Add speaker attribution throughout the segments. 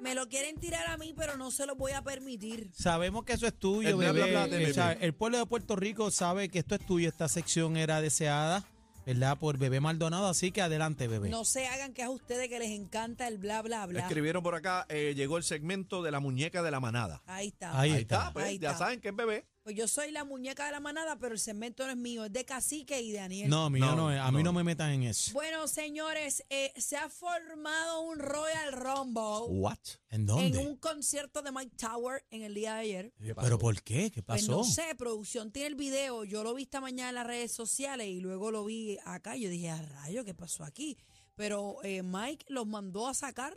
Speaker 1: Me lo quieren tirar a mí, pero no se lo voy a permitir.
Speaker 2: Sabemos que eso es tuyo,
Speaker 3: El bla,
Speaker 2: bebé.
Speaker 3: bla, bla de
Speaker 2: O
Speaker 3: bebé.
Speaker 2: sea, el pueblo de Puerto Rico sabe que esto es tuyo. Esta sección era deseada, ¿verdad? Por Bebé Maldonado. Así que adelante, bebé.
Speaker 1: No se hagan que es a ustedes que les encanta el bla, bla, bla.
Speaker 3: Escribieron por acá, eh, llegó el segmento de la muñeca de la manada.
Speaker 1: Ahí está.
Speaker 2: Ahí
Speaker 3: Ahí
Speaker 2: está.
Speaker 3: está, pues,
Speaker 1: Ahí
Speaker 3: ya
Speaker 1: está.
Speaker 3: saben que es bebé.
Speaker 1: Pues yo soy la muñeca de la manada, pero el segmento no es mío, es de Cacique y de Daniel.
Speaker 2: No, mío
Speaker 3: No,
Speaker 2: no, es. a mí
Speaker 3: no.
Speaker 2: no. me metan en eso.
Speaker 1: Bueno, señores, eh, se ha formado un Royal Rumble
Speaker 3: What?
Speaker 2: ¿En
Speaker 1: en
Speaker 2: Uh, dónde?
Speaker 1: un concierto de Mike Tower en el día de ayer.
Speaker 2: ¿Pero por qué? ¿Qué
Speaker 1: Pues
Speaker 2: pasó?
Speaker 1: no sé, producción tiene el video. Yo lo vi esta mañana en las redes sociales y luego lo vi acá. Yo dije, a rayo, ¿qué pasó aquí? Pero eh, Mike los mandó a sacar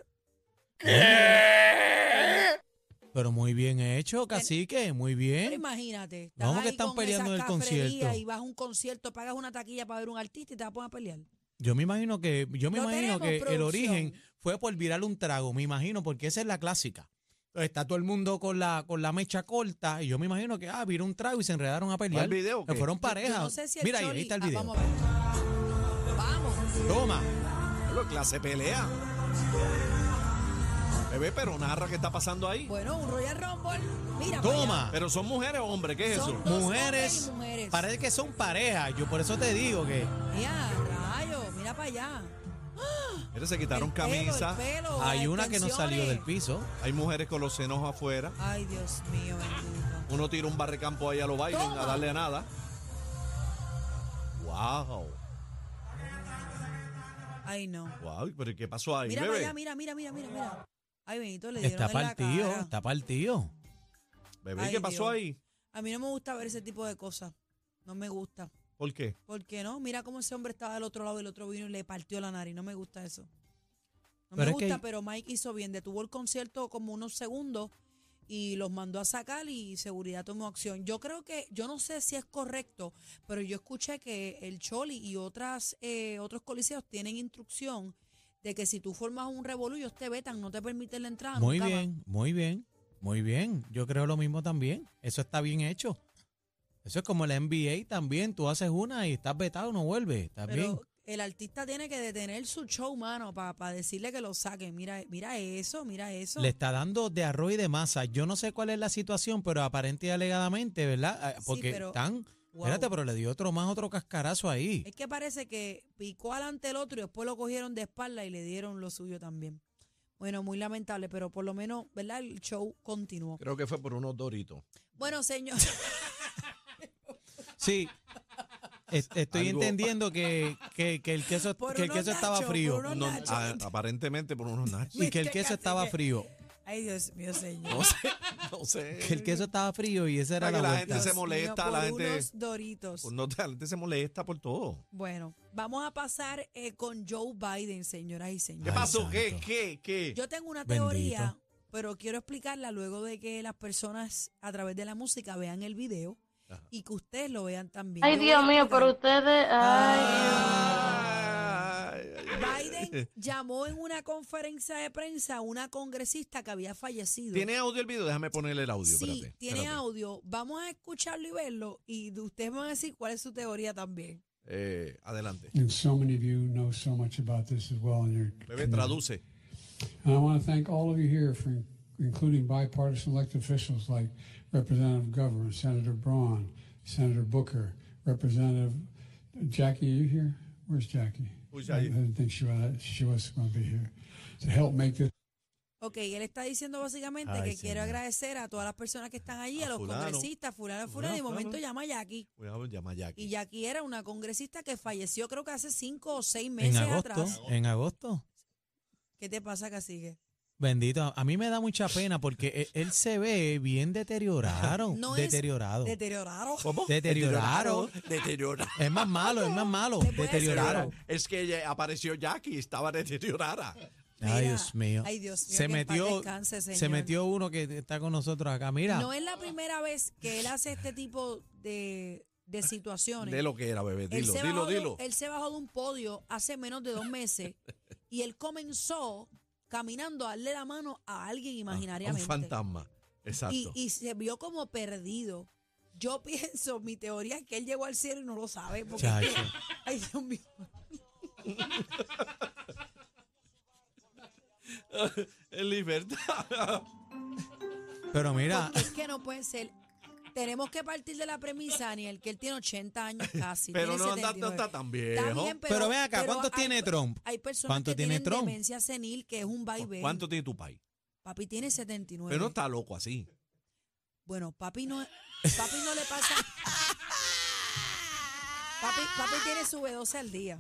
Speaker 2: Pero muy bien hecho, cacique. Muy
Speaker 1: Pero
Speaker 2: bien.
Speaker 1: imagínate, estás
Speaker 2: ¿Eh? Vamos que
Speaker 1: ahí
Speaker 2: están
Speaker 1: con esa
Speaker 2: peleando en el
Speaker 1: cafrería
Speaker 2: concierto.
Speaker 1: Y vas a un concierto, pagas una taquilla para ver un artista y te vas a poner a pelear.
Speaker 2: Yo me imagino que, yo me
Speaker 1: Lo
Speaker 2: imagino
Speaker 1: tenemos,
Speaker 2: que el
Speaker 1: producción.
Speaker 2: origen fue por virar un trago, me imagino, porque esa es la clásica. Está todo el mundo con la, con la mecha corta y yo me imagino que, ah, viró un trago y se enredaron a pelear.
Speaker 3: ¿Hay video o
Speaker 2: Que
Speaker 3: qué?
Speaker 2: fueron
Speaker 1: Yo- yo
Speaker 2: pareja.
Speaker 1: no sé si el
Speaker 2: Mira, ahí,
Speaker 1: Choli-
Speaker 2: ahí está el
Speaker 1: ah,
Speaker 2: video.
Speaker 1: vamos a ver. Vamos.
Speaker 2: Toma.
Speaker 3: Lo clase pelea. Bebé, pero narra qué está pasando ahí.
Speaker 1: Bueno, un Royal Rumble. Mira. para
Speaker 2: Toma.
Speaker 3: Pero son mujeres o hombres, ¿qué es
Speaker 1: Son
Speaker 3: eso?
Speaker 1: dos hombres
Speaker 2: Mujeres,
Speaker 1: y mujeres.
Speaker 2: parece que son pareja. Yo por eso te digo que
Speaker 1: allá. Mira, rayo, mira para allá.
Speaker 3: Mira, se quitaron
Speaker 1: El pelo, el
Speaker 3: camisas.
Speaker 1: pelo,
Speaker 2: hay
Speaker 1: las
Speaker 2: una que no salió del
Speaker 1: extensiones.
Speaker 2: piso.
Speaker 3: Hay mujeres con los senos afuera.
Speaker 1: Ay, Dios mío, bendito.
Speaker 3: Uno tira un barrecampo ahí a lo Biden
Speaker 1: Toma.
Speaker 3: a darle a nada. Wow.
Speaker 1: Ay, no.
Speaker 3: Wow, pero ¿y ¿qué pasó ahí,
Speaker 1: Mira para
Speaker 3: bebé?
Speaker 1: allá, mira, mira, mira, mira, mira. Ay, bendito, le dieron
Speaker 2: Está
Speaker 1: en la
Speaker 2: partido,
Speaker 1: cara.
Speaker 2: está partido.
Speaker 3: Bebé,
Speaker 1: Ay,
Speaker 3: ¿qué pasó
Speaker 1: Dios.
Speaker 3: ahí?
Speaker 1: A mí no me gusta ver ese tipo de cosas. No me gusta.
Speaker 3: ¿Por qué?
Speaker 1: ¿Por qué no? Mira cómo ese hombre estaba del otro lado y el otro vino y le partió la nariz. No me gusta eso. No me
Speaker 2: Pero es que-
Speaker 1: gusta, pero Mike hizo bien. Detuvo el concierto como unos segundos y los mandó a sacar y seguridad tomó acción. Yo creo que, yo no sé si es correcto, pero yo escuché que el Choli y otras eh, otros coliseos tienen instrucción de que si tú formas un revolú, ellos te vetan, no te permiten la entrada.
Speaker 2: Muy
Speaker 1: Ah, nunca más.
Speaker 2: bien, muy bien, muy bien. Yo creo lo mismo también. Eso está bien hecho. Eso es como la NBA también. Tú haces una y estás vetado, no vuelves. Está bien.
Speaker 1: Pero el artista tiene que detener su show, mano, para decirle que lo saquen. Mira, mira eso, mira eso.
Speaker 2: Le está dando de arroz y de masa. Yo no sé cuál es la situación, pero aparente y alegadamente, ¿verdad? Ah,
Speaker 1: Sí,
Speaker 2: Porque
Speaker 1: pero-
Speaker 2: están.
Speaker 1: Wow.
Speaker 2: Espérate, pero le dio otro más, otro cascarazo ahí.
Speaker 1: Es que parece que picó adelante el otro y después lo cogieron de espalda y le dieron lo suyo también. Bueno, muy lamentable, pero por lo menos, ¿verdad? El show continuó.
Speaker 3: Creo que fue por unos doritos.
Speaker 1: Bueno, señor,
Speaker 2: Sí. Es- Estoy
Speaker 3: Algo-
Speaker 2: entendiendo que, que- que el queso,
Speaker 1: Por
Speaker 2: que el
Speaker 1: unos
Speaker 2: queso estaba
Speaker 1: nachos,
Speaker 2: frío.
Speaker 1: por unos
Speaker 3: No,
Speaker 1: nachos.
Speaker 3: a- aparentemente por unos nachos.
Speaker 2: Y que el
Speaker 1: Viste,
Speaker 2: queso estaba
Speaker 1: cacique.
Speaker 2: frío.
Speaker 1: Ay, Dios mío, señor.
Speaker 3: No sé, no sé.
Speaker 2: Que el queso estaba frío y esa era
Speaker 3: Para
Speaker 2: la
Speaker 3: que la
Speaker 2: vuelta.
Speaker 3: gente
Speaker 1: Dios
Speaker 3: se
Speaker 1: mío,
Speaker 3: molesta,
Speaker 1: por
Speaker 3: la gente-
Speaker 1: unos doritos.
Speaker 3: Por Pues no, la gente se molesta por todo.
Speaker 1: Bueno, vamos a pasar eh, con Joe Biden, señoras y
Speaker 3: ¿Qué
Speaker 1: señores.
Speaker 2: Ay,
Speaker 3: pasó?
Speaker 2: santo.
Speaker 3: ¿Qué? ¿Qué? ¿Qué?
Speaker 1: Yo tengo una
Speaker 2: Bendito.
Speaker 1: teoría, pero quiero explicarla luego de que las personas a través de la música vean el video
Speaker 3: Ajá.
Speaker 1: y que ustedes lo vean también.
Speaker 4: Ay,
Speaker 1: Yo voy
Speaker 4: Dios
Speaker 1: a
Speaker 4: mío,
Speaker 1: explicar.
Speaker 4: pero ustedes. Ay.
Speaker 3: Ay, ay, ay, ay.
Speaker 1: Biden llamó en una conferencia de prensa a una congresista que había fallecido.
Speaker 3: ¿Tiene audio el video? Déjame ponerle el audio.
Speaker 1: sí,
Speaker 3: espérate,
Speaker 1: tiene
Speaker 3: espérate.
Speaker 1: audio. Vamos a escucharlo y verlo y de- ustedes van a decir cuál es su teoría también.
Speaker 3: Eh, adelante.
Speaker 5: And so many of you know so much about this as well. And, you're,
Speaker 3: Bebé, traduce.
Speaker 5: and I want to thank all of you here for in- including bipartisan elected officials like Representative Governor, Senator Braun, Senator Booker, Representative Jackie. Are you here? Where's Jackie?
Speaker 3: Who's
Speaker 5: I, I
Speaker 3: Jackie?
Speaker 5: didn't think she was, she was going to be here to help make this.
Speaker 1: Ok, él está diciendo básicamente
Speaker 2: Ay,
Speaker 1: que
Speaker 2: señor.
Speaker 1: quiero agradecer a todas las personas que están allí,
Speaker 3: A
Speaker 1: a, los
Speaker 3: fulano.
Speaker 1: congresistas, fulano, fulano, y de
Speaker 3: Fulano,
Speaker 1: momento
Speaker 3: fulano.
Speaker 1: llama a Jackie.
Speaker 3: Voy a llamar a Jackie.
Speaker 1: Y Jackie era una congresista que falleció creo que hace cinco o seis
Speaker 2: En
Speaker 1: meses
Speaker 2: agosto,
Speaker 1: atrás.
Speaker 2: en agosto.
Speaker 1: ¿Qué te pasa, Cacique?
Speaker 2: Bendito, a mí me da mucha pena porque e- él, se ve bien deteriorado,
Speaker 1: No es
Speaker 2: deteriorado.
Speaker 1: Deteriorado.
Speaker 2: Deteriorado.
Speaker 3: Deteriorado.
Speaker 2: Es más malo, es más
Speaker 3: Oh,
Speaker 2: malo,
Speaker 1: ¿Qué puede ser?
Speaker 2: deteriorado.
Speaker 3: Es que ella apareció Jackie, estaba deteriorada.
Speaker 2: Ay,
Speaker 1: Mira,
Speaker 2: Dios mío.
Speaker 1: ay, Dios mío,
Speaker 2: Se
Speaker 1: que en paz
Speaker 2: metió,
Speaker 1: descanse,
Speaker 2: se
Speaker 1: señor.
Speaker 2: metió uno que está con nosotros acá. Mira,
Speaker 1: No es la primera vez que él hace este tipo de, de situaciones.
Speaker 3: De lo que era, bebé.
Speaker 1: él,
Speaker 3: Dilo,
Speaker 1: se
Speaker 3: dilo,
Speaker 1: bajó de-
Speaker 3: dilo. Ah,
Speaker 1: él se bajó de un podio hace menos de dos meses y él comenzó caminando a darle la mano a alguien
Speaker 3: Ah,
Speaker 1: imaginariamente.
Speaker 3: Un fantasma. Exacto.
Speaker 1: y, y se vio como perdido. Yo pienso, mi teoría es que él llegó al cielo y no lo sabe. Porque,
Speaker 2: Chacho.
Speaker 1: Ay, Dios mío.
Speaker 3: En libertad.
Speaker 2: pero
Speaker 3: Ah.
Speaker 2: mira,
Speaker 1: Porque es que no puede ser. Tenemos que partir de la premisa, Daniel, que él tiene 80 años casi.
Speaker 3: Pero
Speaker 1: tiene
Speaker 3: no anda- no
Speaker 1: 79.
Speaker 3: está tan viejo.
Speaker 2: Pero ven acá, ¿cuántos tiene Trump?
Speaker 1: Hay personas
Speaker 2: ¿Cuánto
Speaker 1: que
Speaker 2: tiene
Speaker 1: tienen
Speaker 2: Trump?
Speaker 1: demencia senil, que es un vaivén.
Speaker 3: ¿Cuánto tiene tu país?
Speaker 1: Papi tiene 79.
Speaker 3: Pero no está loco así.
Speaker 1: Bueno, papi no, papi no le pasa... Papi, papi tiene su B12 al día.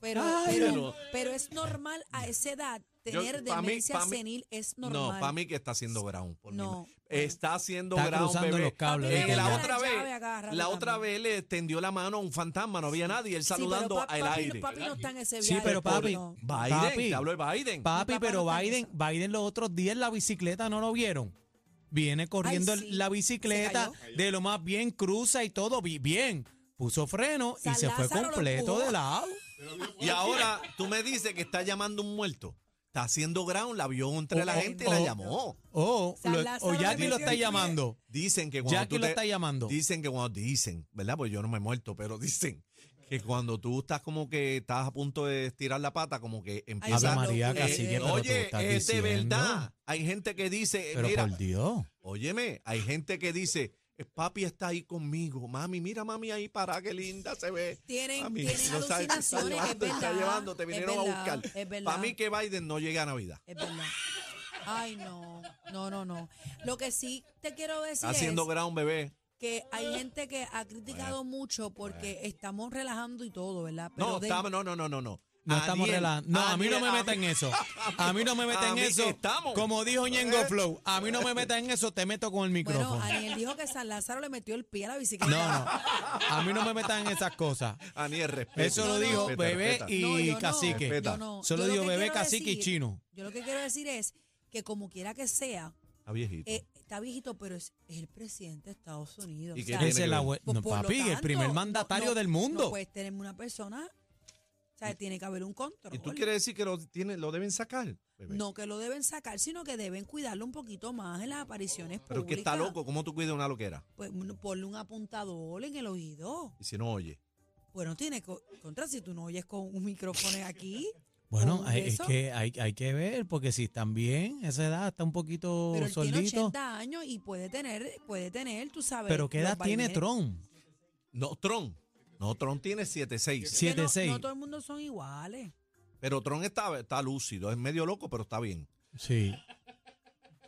Speaker 1: Pero,
Speaker 3: Ay,
Speaker 1: pero,
Speaker 3: pero-
Speaker 1: pero es normal a esa edad
Speaker 3: Yo-
Speaker 1: tener
Speaker 3: pa' mí-
Speaker 1: demencia
Speaker 3: pa' mí-
Speaker 1: senil, es
Speaker 3: No,
Speaker 1: normal.
Speaker 3: para mí que está haciendo Brown. por mi
Speaker 1: No,
Speaker 3: ma-
Speaker 1: bueno.
Speaker 3: Está haciendo
Speaker 2: Está
Speaker 3: Brown,
Speaker 2: cruzando
Speaker 3: bebé.
Speaker 2: los cables,
Speaker 3: Eh,
Speaker 2: Ricardo.
Speaker 3: la
Speaker 2: Tiene
Speaker 3: otra
Speaker 1: la llave
Speaker 3: vez,
Speaker 1: acá, rápido
Speaker 3: la otra
Speaker 1: también.
Speaker 3: vez le extendió la mano a un fantasma, no había nadie, él
Speaker 1: Sí, pero
Speaker 3: saludando
Speaker 1: pa-
Speaker 3: al
Speaker 1: papi,
Speaker 3: aire.
Speaker 1: Papi no está en ese viaje.
Speaker 2: Sí, pero papi-
Speaker 1: no.
Speaker 3: Biden,
Speaker 2: Papi.
Speaker 3: te hablo de Biden.
Speaker 2: papi,
Speaker 1: Mi papá
Speaker 2: pero
Speaker 1: no está en
Speaker 2: Biden, Biden los otros días en la bicicleta no lo vieron. Viene corriendo
Speaker 1: Ay, sí.
Speaker 2: la bicicleta
Speaker 1: Se
Speaker 2: de lo más bien, cruza y todo bi- bien. Puso freno y
Speaker 1: San
Speaker 2: se fue
Speaker 1: Lázaro lo
Speaker 2: completo
Speaker 1: empujó.
Speaker 2: de lado.
Speaker 3: Y ahora tú me dices que está llamando un muerto. Está haciendo ground, la vio entre
Speaker 1: Oh,
Speaker 2: O-
Speaker 3: la
Speaker 2: o-
Speaker 3: gente y la
Speaker 2: o-
Speaker 3: llamó.
Speaker 2: O,
Speaker 1: San
Speaker 2: lo-
Speaker 1: Lázaro
Speaker 2: o
Speaker 1: le
Speaker 2: Jackie lo
Speaker 1: metió
Speaker 2: está
Speaker 1: el pie.
Speaker 2: llamando.
Speaker 3: Dicen que cuando
Speaker 2: Jackie
Speaker 3: tú
Speaker 2: lo
Speaker 3: te-
Speaker 2: está llamando.
Speaker 3: Dicen que cuando dicen, ¿verdad? Pues yo no me he muerto, pero dicen que cuando tú estás como que estás a punto de estirar la pata, como que empieza
Speaker 2: Habla
Speaker 1: Esa-
Speaker 2: María
Speaker 1: Eh,
Speaker 2: Cacique, pero tú
Speaker 3: oye,
Speaker 2: estás
Speaker 3: es de
Speaker 2: diciendo-
Speaker 3: verdad. Hay gente que dice, eh,
Speaker 2: Pero
Speaker 3: mira,
Speaker 2: por Dios.
Speaker 3: óyeme, hay gente que dice, eh, papi está ahí conmigo, mami, mira mami ahí para qué linda se ve.
Speaker 1: Tienen-
Speaker 3: Mami,
Speaker 1: tienen
Speaker 3: no sabes, te está
Speaker 1: alucinaciones, es
Speaker 3: llevando, te está
Speaker 1: verdad,
Speaker 3: llevando, te
Speaker 1: es
Speaker 3: vinieron a
Speaker 1: verdad,
Speaker 3: buscar.
Speaker 1: es verdad.
Speaker 3: Para mí que Biden no llega a Navidad.
Speaker 1: Es verdad. Ay, no. No, no, no. Lo que sí te quiero decir
Speaker 3: Está haciendo
Speaker 1: es
Speaker 3: ground, bebé.
Speaker 1: que hay gente que ha criticado mucho porque estamos relajando y todo, ¿verdad?
Speaker 3: No,
Speaker 1: de-
Speaker 3: estamos, no, no, no, no, no.
Speaker 2: No estamos
Speaker 3: Aniel,
Speaker 2: relajando. No, a mí no me
Speaker 3: Aniel,
Speaker 2: metan
Speaker 3: a mí-
Speaker 2: en eso. A mí no me metan en
Speaker 3: mí
Speaker 2: eso.
Speaker 3: estamos.
Speaker 2: Como dijo Ñengo
Speaker 3: Eh.
Speaker 2: Flow, a mí no me metan en eso, te meto con el
Speaker 1: Bueno,
Speaker 2: micrófono.
Speaker 1: Daniel dijo que San Lázaro le metió el pie a la
Speaker 2: No,
Speaker 1: bicicleta.
Speaker 2: no. A mí no me metan en esas cosas.
Speaker 3: Aniel, respeta.
Speaker 2: Eso lo
Speaker 1: no,
Speaker 2: dijo
Speaker 3: respeta,
Speaker 2: Bebé
Speaker 3: respeta.
Speaker 2: y
Speaker 1: No, yo no,
Speaker 2: Cacique.
Speaker 1: yo
Speaker 3: Respeta.
Speaker 1: no.
Speaker 2: Solo
Speaker 1: Yo lo
Speaker 2: digo
Speaker 1: que
Speaker 2: Bebé,
Speaker 1: quiero
Speaker 2: Cacique y
Speaker 1: decir-
Speaker 2: Chino.
Speaker 1: Yo lo que quiero decir es que como quiera que sea,
Speaker 3: Está viejito.
Speaker 1: eh, está viejito, pero es, es el presidente de Estados Unidos.
Speaker 3: ¿Y
Speaker 1: o
Speaker 3: qué
Speaker 1: sea,
Speaker 3: tiene
Speaker 2: Ese es la
Speaker 3: que
Speaker 2: abue-
Speaker 1: Pues,
Speaker 2: no,
Speaker 1: por lo
Speaker 2: papi, el
Speaker 1: tanto,
Speaker 2: primer
Speaker 1: no-
Speaker 2: mandatario
Speaker 1: no-
Speaker 2: del
Speaker 1: No
Speaker 2: mundo.
Speaker 1: puedes tener una persona. O sea, tiene que haber un control.
Speaker 3: ¿Y tú quieres decir que lo, tiene, lo deben sacar, bebé?
Speaker 1: No que lo deben sacar, sino que deben cuidarlo un poquito más en las apariciones
Speaker 3: Pero es que
Speaker 1: públicas.
Speaker 3: está loco, ¿cómo tú cuidas una loquera?
Speaker 1: Pues no, ponle un apuntador en el oído.
Speaker 3: Y si no oye.
Speaker 1: Bueno, tiene co- contra si tú no oyes con un micrófono aquí.
Speaker 2: Bueno,
Speaker 1: con
Speaker 2: hay- es
Speaker 1: eso.
Speaker 2: que hay, hay que ver, porque si están bien, esa edad está un poquito
Speaker 1: Pero él tiene
Speaker 2: soldito.
Speaker 1: 80 años y puede tener, puede tener, tú sabes.
Speaker 2: Pero ¿qué
Speaker 1: los
Speaker 2: edad tiene
Speaker 1: vaivenes.
Speaker 2: Tron?
Speaker 3: No, Tron. No, Tron tiene 7'6".
Speaker 2: Sí.
Speaker 1: Que no-
Speaker 2: 7'6".
Speaker 1: No, todo el mundo son iguales.
Speaker 3: Pero Tron está, está lúcido, es medio loco, pero está bien.
Speaker 2: Sí.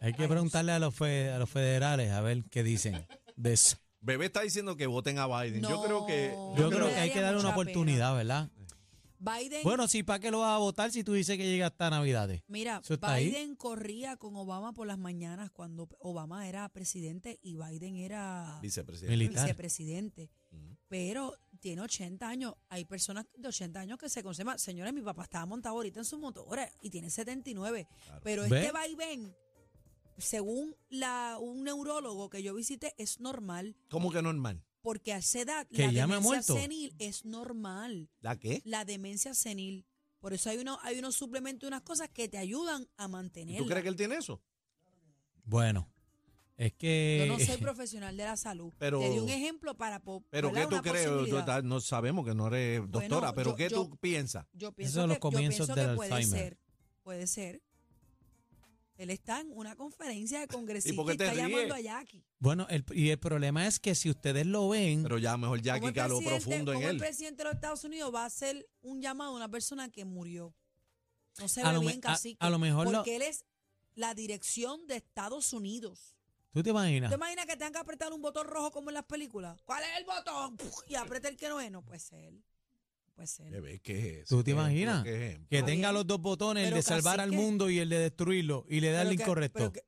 Speaker 2: Hay que preguntarle a los, fe- a los federales a ver qué dicen de eso.
Speaker 3: Bebé está diciendo que voten a Biden. Yo
Speaker 1: No.
Speaker 3: creo que...
Speaker 2: Yo
Speaker 1: No,
Speaker 2: creo
Speaker 1: me
Speaker 2: que hay que
Speaker 1: daría
Speaker 2: darle una
Speaker 1: mucha
Speaker 2: oportunidad, ¿verdad?
Speaker 1: Biden,
Speaker 2: Bueno, sí, ¿para qué lo vas a votar si tú dices que llega hasta Navidades?
Speaker 1: mira,
Speaker 2: eso está ahí.
Speaker 1: Biden corría con Obama por las mañanas cuando Obama era presidente y Biden era
Speaker 3: Vicepresidente. Mm.
Speaker 2: Militar.
Speaker 1: vicepresidente.
Speaker 3: Ujú.
Speaker 1: Pero tiene 80 años. Hay personas de 80 años que se conservan. Señores, mi papá estaba montado ahorita en su motora y tiene 79.
Speaker 3: Claro.
Speaker 1: Pero
Speaker 2: ¿Ve?
Speaker 1: este va y ven, según la, un neurólogo que yo visité, es normal.
Speaker 3: ¿Cómo que normal?
Speaker 1: Porque a esa edad
Speaker 2: Que
Speaker 1: la
Speaker 2: ya me he
Speaker 1: demencia
Speaker 2: muerto.
Speaker 1: senil es normal.
Speaker 3: ¿La qué?
Speaker 1: La demencia senil. Por eso hay, uno, hay unos suplementos y unas cosas que te ayudan a
Speaker 3: ¿Y
Speaker 1: mantener.
Speaker 3: tú crees que él tiene eso?
Speaker 2: Bueno, es que...
Speaker 1: Yo no soy profesional de la salud.
Speaker 3: Pero-
Speaker 1: te di un ejemplo para po-
Speaker 3: ¿Pero qué
Speaker 1: ¿verdad?
Speaker 3: tú
Speaker 1: Una
Speaker 3: crees? Tú
Speaker 1: posibilidad.
Speaker 3: estás- no sabemos que no eres doctora, pero
Speaker 1: yo-
Speaker 3: ¿qué
Speaker 1: yo-
Speaker 3: tú piensas?
Speaker 1: Yo
Speaker 2: Esos son
Speaker 1: pienso
Speaker 2: los
Speaker 1: que, yo
Speaker 2: comienzos
Speaker 1: pienso
Speaker 2: del
Speaker 1: que puede
Speaker 2: Alzheimer.
Speaker 1: ser. Puede ser. Él está en una conferencia de congresistas
Speaker 3: por qué te
Speaker 1: está llamando a
Speaker 3: ríes?
Speaker 1: Jackie.
Speaker 2: Bueno, el- y el problema es que si ustedes lo ven,
Speaker 3: Pero ya mejor ya
Speaker 1: Como el
Speaker 3: que a lo
Speaker 1: presidente-
Speaker 3: profundo en
Speaker 1: como el
Speaker 3: él.
Speaker 1: presidente de los Estados Unidos va a hacer un llamado a una persona que murió. No se
Speaker 2: A
Speaker 1: ve
Speaker 2: lo me-
Speaker 1: bien,
Speaker 2: a-
Speaker 1: cacique.
Speaker 2: a lo mejor lo-
Speaker 1: Porque él es la dirección de Estados Unidos.
Speaker 2: ¿tú te
Speaker 1: ¿Te
Speaker 2: imaginas?
Speaker 1: imaginas que tengan que pues apretar un botón rojo como en las películas? ¿Cuál es el botón? Puf, Y aprieta el que no es. No puede ser. puede ser.
Speaker 3: Bebé, ¿qué es eso?
Speaker 2: ¿Tú te
Speaker 3: ¿Qué ejemplo?
Speaker 2: imaginas?
Speaker 3: ¿Qué ejemplo?
Speaker 2: Que
Speaker 1: Está
Speaker 2: tenga
Speaker 1: bien.
Speaker 2: los dos botones, el
Speaker 1: Pero
Speaker 2: de salvar al
Speaker 1: cacique-
Speaker 2: mundo y el de destruirlo, y le da el
Speaker 1: Pero que-
Speaker 2: incorrecto.
Speaker 1: pero que-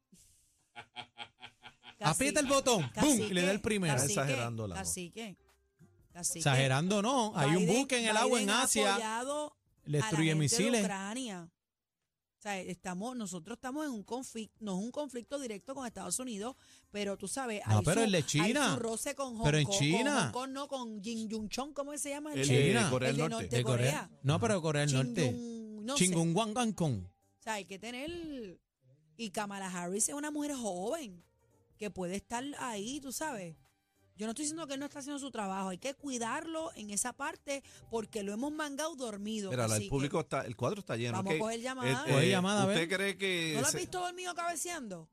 Speaker 2: Aprieta el botón, ¡pum!
Speaker 1: Cacique,
Speaker 2: Y le da el primero.
Speaker 1: cacique,
Speaker 3: Exagerando la voz.
Speaker 1: Cacique, cacique.
Speaker 2: Exagerando, no. Hay un
Speaker 1: Biden-
Speaker 2: buque en el agua en
Speaker 1: Biden ha
Speaker 2: Asia,
Speaker 1: apoyado
Speaker 2: le
Speaker 1: a la
Speaker 2: destruye
Speaker 1: gente de
Speaker 2: misiles.
Speaker 1: Ucrania. O sea, estamos, nosotros estamos en un conflicto, no es un conflicto directo con Estados Unidos, pero tú sabes,
Speaker 2: No,
Speaker 1: hay
Speaker 2: pero
Speaker 1: su-
Speaker 2: el de
Speaker 1: hay
Speaker 2: China.
Speaker 1: su roce con Hong
Speaker 2: Pero en
Speaker 1: Kong,
Speaker 2: China.
Speaker 1: con Hong Kong, no, con Jin Jung Chong, ¿cómo que se llama?
Speaker 3: El
Speaker 1: de-
Speaker 2: China.
Speaker 3: de Corea
Speaker 1: el
Speaker 3: del
Speaker 1: de
Speaker 3: Norte.
Speaker 1: Norte. de Corea.
Speaker 2: No, pero Corea del
Speaker 1: Jin
Speaker 2: Norte.
Speaker 1: Jung- no sé.
Speaker 2: Chingunguangancón.
Speaker 1: O sea, hay que tener. Y Kamala Harris es una mujer joven que puede estar ahí, tú sabes. Yo no estoy diciendo que él no está haciendo su trabajo, hay que cuidarlo en esa parte porque lo hemos mangado dormido.
Speaker 3: Mira, la-
Speaker 1: así
Speaker 3: el
Speaker 1: que
Speaker 3: público está, el cuadro está lleno.
Speaker 1: Vamos
Speaker 3: ok.
Speaker 1: a coger llamada.
Speaker 3: Eh,
Speaker 2: Coge
Speaker 3: eh,
Speaker 2: llamada, a ver.
Speaker 3: ¿Usted cree que
Speaker 1: ¿No lo has
Speaker 3: se-
Speaker 1: visto dormido cabeceando?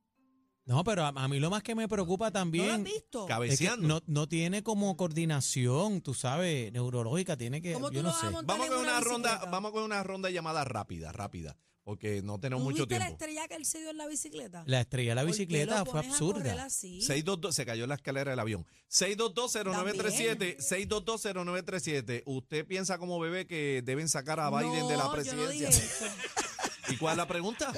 Speaker 2: No, pero a, a mí lo más que me preocupa
Speaker 1: ¿No lo has
Speaker 2: también
Speaker 1: visto?
Speaker 2: es que
Speaker 3: cabeceando?
Speaker 2: no, no tiene como coordinación, tú sabes, neurológica, tiene que...
Speaker 1: ¿Cómo tú
Speaker 2: yo
Speaker 1: lo
Speaker 2: no
Speaker 1: vas a
Speaker 2: sé.
Speaker 1: montar?
Speaker 3: vamos
Speaker 1: Dale
Speaker 3: con
Speaker 1: una
Speaker 3: una ronda,
Speaker 1: bicicleta.
Speaker 3: vamos con una ronda de llamada rápida, rápida, porque no tenemos
Speaker 1: ¿Tú
Speaker 3: mucho
Speaker 1: viste la
Speaker 3: tiempo.
Speaker 1: estrella que él se dio en la bicicleta?
Speaker 2: La estrella de la
Speaker 1: ¿Por qué
Speaker 2: bicicleta
Speaker 1: lo
Speaker 2: fue
Speaker 1: pones a correr
Speaker 2: absurda.
Speaker 1: así?
Speaker 3: 622, se cayó la escalera del avión. 6220937, 6220937. ¿Usted piensa como bebé que deben sacar a Biden de la
Speaker 1: No, Yo no dije
Speaker 3: presidencia?
Speaker 1: eso.
Speaker 3: ¿Y cuál es la pregunta?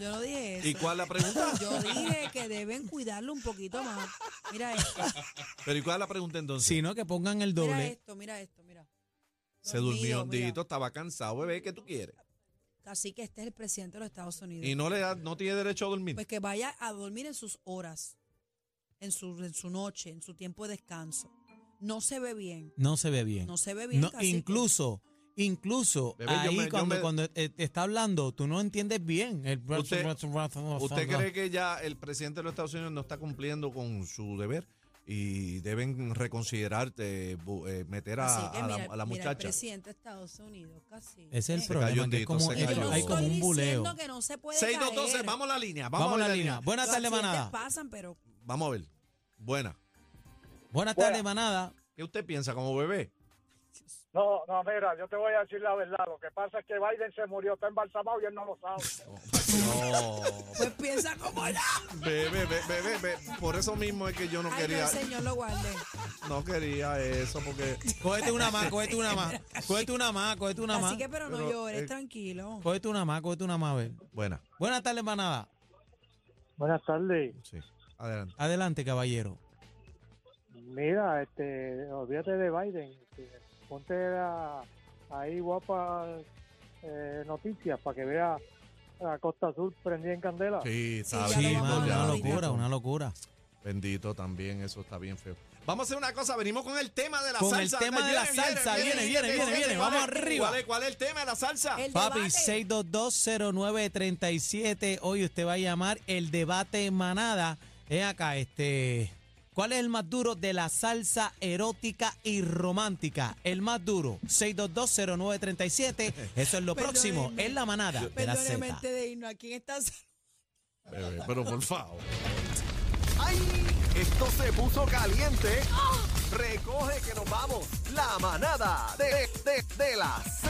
Speaker 1: Yo no dije eso.
Speaker 3: ¿Y cuál es la pregunta?
Speaker 1: Yo dije que deben cuidarlo un poquito más. Mira esto.
Speaker 3: Pero ¿y cuál es la pregunta entonces?
Speaker 2: Sino que pongan el
Speaker 1: Mira
Speaker 2: doble.
Speaker 1: esto, mira esto, mira.
Speaker 3: se
Speaker 1: Dios mío,
Speaker 3: durmió
Speaker 1: mira.
Speaker 3: hondito, estaba cansado, bebé, ¿qué tú quieres?
Speaker 1: Así que este es el presidente de los Estados Unidos.
Speaker 3: Y no le da, no tiene derecho a dormir.
Speaker 1: Pues que vaya a dormir en sus horas, en su, en su noche, en su tiempo de descanso. No se ve bien.
Speaker 2: No se ve bien.
Speaker 1: No se ve bien.
Speaker 2: No,
Speaker 1: cacique.
Speaker 2: incluso, incluso
Speaker 3: Bebé, yo
Speaker 2: ahí
Speaker 3: me- yo
Speaker 2: cuando,
Speaker 3: me-
Speaker 2: cuando eh, te está hablando, tú no entiendes bien. El
Speaker 3: Usted- ¿Usted cree que ya el presidente de los Estados Unidos no está cumpliendo con su deber y deben reconsiderarte, bu- eh, meter a,
Speaker 1: Así que
Speaker 3: a la,
Speaker 1: mira,
Speaker 3: a la
Speaker 1: mira, el
Speaker 3: muchacha?
Speaker 1: presidente de Estados Unidos, casi.
Speaker 2: Ese es el
Speaker 3: Se
Speaker 2: problema.
Speaker 3: cayó
Speaker 2: que
Speaker 3: hondito,
Speaker 2: es como,
Speaker 3: se
Speaker 2: es-
Speaker 3: cayó.
Speaker 2: hay como un buleo.
Speaker 1: que no se puede
Speaker 3: 6212,
Speaker 1: caer.
Speaker 3: vamos a la línea, vamos,
Speaker 2: Vamos a la
Speaker 3: línea.
Speaker 2: línea. Buenas
Speaker 1: Los
Speaker 2: tardes,
Speaker 1: accidentes
Speaker 2: manada.
Speaker 1: pasan, pero
Speaker 3: Vamos a ver. Buena.
Speaker 2: Buenas tardes, manada.
Speaker 3: ¿Qué usted piensa como bebé?
Speaker 4: No, no, mira, yo te voy a decir la verdad. Lo que pasa es que Biden se murió, está embalsamado y él no lo sabe.
Speaker 3: No,
Speaker 1: pues piensa como yo.
Speaker 3: bebé, bebé, bebé, bebé. Por eso mismo es que yo no
Speaker 1: Ay, que
Speaker 3: quería,
Speaker 1: el señor lo guarde.
Speaker 3: no quería eso porque
Speaker 2: Cógete una más, cógete una más. Cógete una más, cógete una más.
Speaker 1: Así que, pero no
Speaker 3: Pero,
Speaker 1: llores,
Speaker 3: eh,
Speaker 1: tranquilo.
Speaker 2: Cógete una más, cógete una más. a ver.
Speaker 3: buena.
Speaker 2: Buenas tardes, manada.
Speaker 4: Buenas tardes.
Speaker 3: Sí. Adelante.
Speaker 2: Adelante, caballero.
Speaker 4: Mira, este, olvídate de Biden. este, ponte a- ahí guapas eh, noticias para que vea a Costa Azul prendida en candela.
Speaker 3: Sí, está
Speaker 1: Ah. Ya
Speaker 2: Sí,
Speaker 1: lo
Speaker 3: bien.
Speaker 2: mano,
Speaker 1: vamos
Speaker 2: una
Speaker 1: a
Speaker 3: bendito.
Speaker 1: abrir.
Speaker 2: locura, una locura.
Speaker 3: Bendito también, eso está bien feo. Vamos a hacer una cosa, venimos con el tema de la
Speaker 2: Con
Speaker 3: salsa.
Speaker 2: el tema
Speaker 3: Ahí
Speaker 2: de la salsa, viene, viene, viene,
Speaker 3: ¿cuál es-
Speaker 2: viene,
Speaker 3: cuál
Speaker 2: vamos
Speaker 3: es-
Speaker 2: arriba.
Speaker 3: ¿Cuál es, cuál es el tema de la salsa?
Speaker 1: El
Speaker 2: Papi,
Speaker 1: debate.
Speaker 2: 6220937. Hoy usted va a llamar el debate manada. Es acá, este. ¿Cuál es el más duro de la salsa erótica y romántica? El más duro, 6220937. Eso es lo próximo,
Speaker 1: Perdóneme.
Speaker 2: en la manada de la
Speaker 1: Perdóneme
Speaker 2: Z.
Speaker 1: antes de irnos. ¿A quién estás?
Speaker 3: Bebé, pero por favor.
Speaker 6: ¡Ay! Esto se puso caliente. Recoge que nos vamos. La manada de, de, de la Z.